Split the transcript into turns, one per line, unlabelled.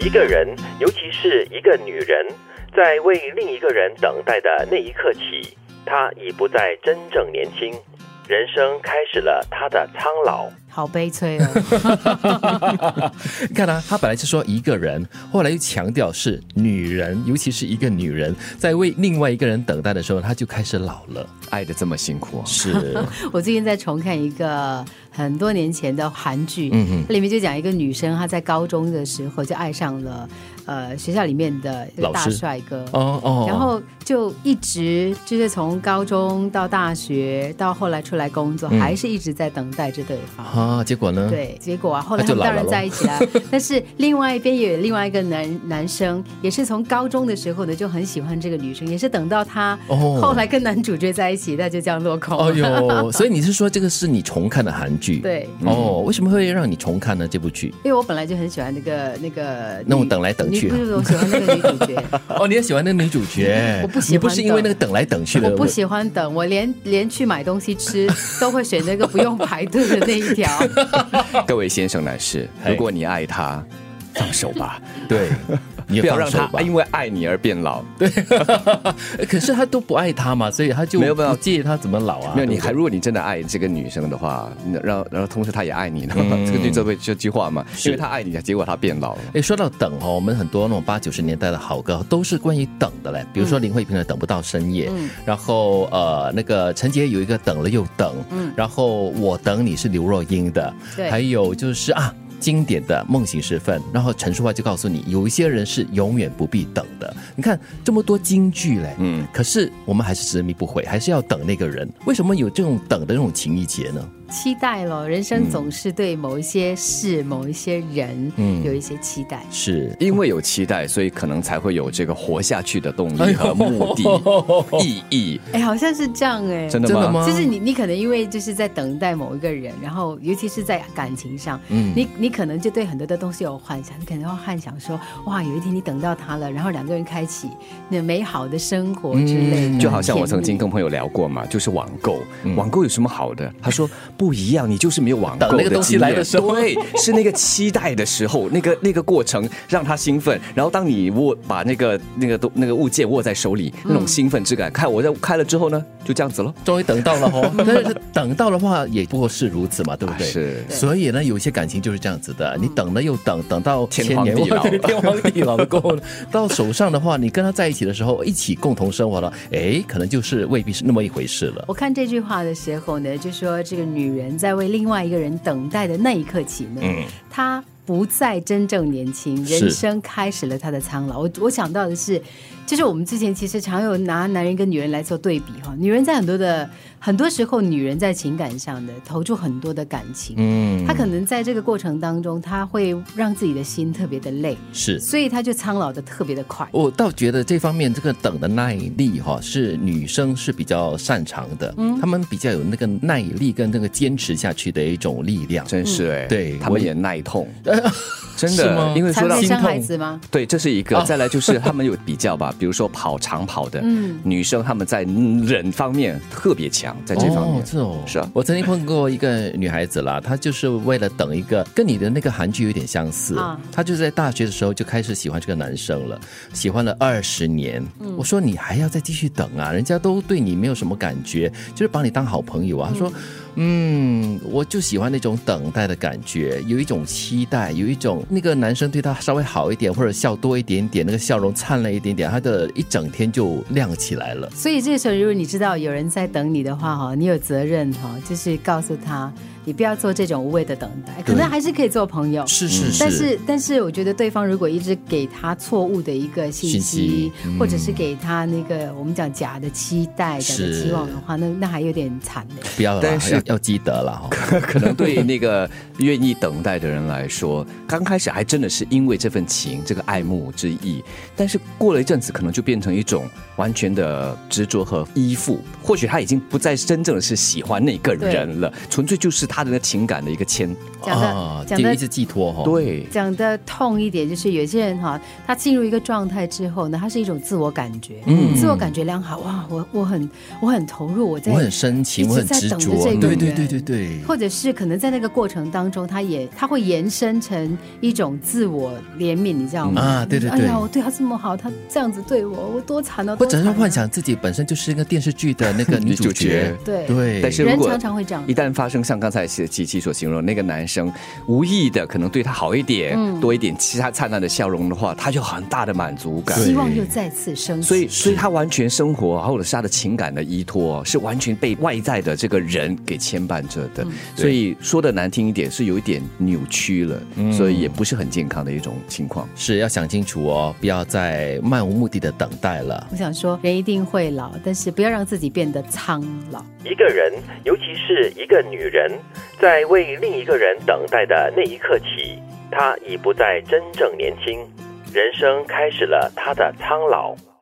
一个人，尤其是一个女人，在为另一个人等待的那一刻起，她已不再真正年轻，人生开始了她的苍老。
好悲催哦。
你看啊，他本来是说一个人，后来又强调是女人，尤其是一个女人在为另外一个人等待的时候，她就开始老了。
爱的这么辛苦、啊，
是，
我最近在重看一个很多年前的韩剧，嗯里面就讲一个女生，她在高中的时候就爱上了呃学校里面的一个
老
大
师
帅哥，
哦哦，
然后就一直就是从高中到大学，到后来出来工作，还是一直在等待着对方。
嗯啊，结果呢？，
对，结果啊，后来
那
他
就
们当
老了
然
咯
在一 起了。但是另外一边也有另外一个男男生，也是从高中的时候呢就很喜欢这个女生，也是等到他
哦
后来跟男主角在一起，那就这样落空了。
哦哟，所以你是说这个是你重看的韩剧？
对
哦，为什么会让你重看呢？这部剧？
因为我本来就很喜欢那个那个女，
那我等来等去啊
女不是我喜欢那个女主角，
哦，你也喜欢那个女主角？
我不喜欢
你不是因为那个等来 等去的
我不喜欢等，我连连去买东西 吃都会选那个不用排队的那一条。
各位先生男士，
嘿
如果你爱他，放手吧，
对，你
不要
放
让哎
手
他啊
吧。
因为爱你而变老。
可是他都不爱她嘛，所以他就
没有办法
不介意她怎么老啊。
没
对
有，你
不
还
对
如果你真的爱这个女生的话，那然后然后同时她也爱你的话，
嗯
这个句这会这句话嘛，因为她爱你，结果她变老了。
哎，说到等哦，我们很多那种八九十年代的好歌都是关于等的嘞，比如说林慧萍的《等不到深夜》，然后呃那个陈洁有一个等了又等，然后我等你是刘若英的，
对
还有就是啊。经典的梦醒时分，然后陈淑桦就告诉你，有一些人是永远不必等的。你看这么多京剧嘞，嗯，可是我们还是执迷不悔，还是要等那个人。为什么有这种等的那种情意结呢？
期待咯，人生总是对某一些事、
嗯
某一些人有一些期待。
是
因为有期待，所以可能才会有这个活下去的动力和目
哎
的、意义。
哎，好像是这样哎，
真的
真的
吗？
吗？
就是你，你可能因为就是在等待某一个人，然后尤其是在感情上，
嗯
你你可能就对很多的东西有幻想，你可能会幻想说，哇，有一天你等到他了，然后两个人开启那美好的生活之类
嗯
的，
嗯就好像
甜
我
蜜
曾经跟朋友聊过嘛，就是网购，网购有什么好的？他说不一样，你就是没有网购
等那个东西来
经验
的时候
对，是那个期待的时候，那个那个过程让他兴奋，然后当你握把那个那个东那个物件握在手里，那种兴奋之感，看我在开了之后呢，就这样子了。
终于等到了 哦，但是等到的话也不过是如此嘛，对不对？
啊是
对
所以呢，有一些感情就是这样子的，你等了又等，等到
天
千年
荒地老
对嗯 天荒地老了过后， 到手上的话，你跟他在一起的时候，一起共同生活了，哎，可能就是未必是那么一回事了。
我看这句话的时候呢，就说这个女人在为另外一个人等待的那一刻起呢，她不再真正年轻，
嗯是
人生开始了她的苍老。我我想到的是，就是我们之前其实常有拿男人跟女人来做对比哈，女人在很多的很多时候，女人在情感上的投注很多的感情，
嗯
她可能在这个过程当中，她会让自己的心特别的累，
是。
所以她就苍老的特别的快。
我倒觉得这方面这个等的耐力哈、是女生是比较擅长的，嗯，她们比较有那个耐力跟那个坚持下去的一种力量。
真是哎、
嗯对
他
我
们也耐痛， 真
是吗
的，因为
才
说到
会
心
生孩
痛
子吗？
对，这是一个。再来就是他们有比较吧，比如说跑长跑的，
嗯
女生她们在忍方面特别强，在这方面。
哦，是哦，
是啊
我曾经碰过一个女孩子啦，她就是为了等一个跟你的那个韩剧有点相似，
啊
她就在大学的时候就开始喜欢这个男生了，喜欢了二十年。我说你还要再继续等啊，人家都对你没有什么感觉，就是把你当好朋友啊。她说，嗯，我就喜欢那种等待的感觉，有一种期待，有一种那个男生对她稍微好一点，或者笑多一点点，那个笑容灿烂一点点，她的一整天就亮起来了。
所以这个时候，如果你知道有人在等你的话，哈，你有责任哈，就是告诉他，你不要做这种无谓的等待，可能还是可以做朋友。
是是是，
但是，但是我觉得对方如果一直给他错误的一个信息，
信息嗯
或者是给他那个我们讲假的期待、假的
是
期望的话，那那还有点惨的。
不要啦，
但是
要要积德了哈。
可能对那个愿意等待的人来说，刚开始还真的是因为这份情、这个爱慕之意，但是过了一阵子，可能就变成一种完全的执着和依附。或许他已经不再真正的是喜欢那个人了，纯粹就是他的那情感的一个牵。
讲的、
啊
讲的
一直寄托哈、哦，
对，
讲的痛一点，就是有些人哈、他进入一个状态之后呢，他是一种自我感觉，
嗯
自我感觉良好，哇，我我很我很投入，我在
我很深情，
一
我
直
很
在
执
等着
着，啊
这个
对对
人
对对对，
或者是可能在那个过程当中，他也他会延伸成一种自我怜悯，你知道吗？
嗯啊对对
哎
对
呀，我对他这么好，他这样子对我，我多惨啊！
或者
多
是
惨啊
幻，想自己本身就是一个电视剧的那个女
女
主
主
角
角，
对
对，
但是如
人
果
常常会这样
一。旦发生像刚才琪琪所形容那个男生无意的可能对他好一点，
嗯
多一点其他灿烂的笑容的话，他就很大的满足感。
对
希望又再次升起，
所以，所以他完全生活或者是他的情感的依托，是完全被外在的这个人给牵绊着的。所以说的难听一点，是有一点扭曲了，所以也不是很健康的一种情况。
是要想清楚哦，不要再漫无目的的等待了。
我想说，人一定会老，但是不要让自己变得苍老。
一个人，尤其是一个女人，在为另一个人等待的那一刻起，她已不再真正年轻，人生开始了她的苍老。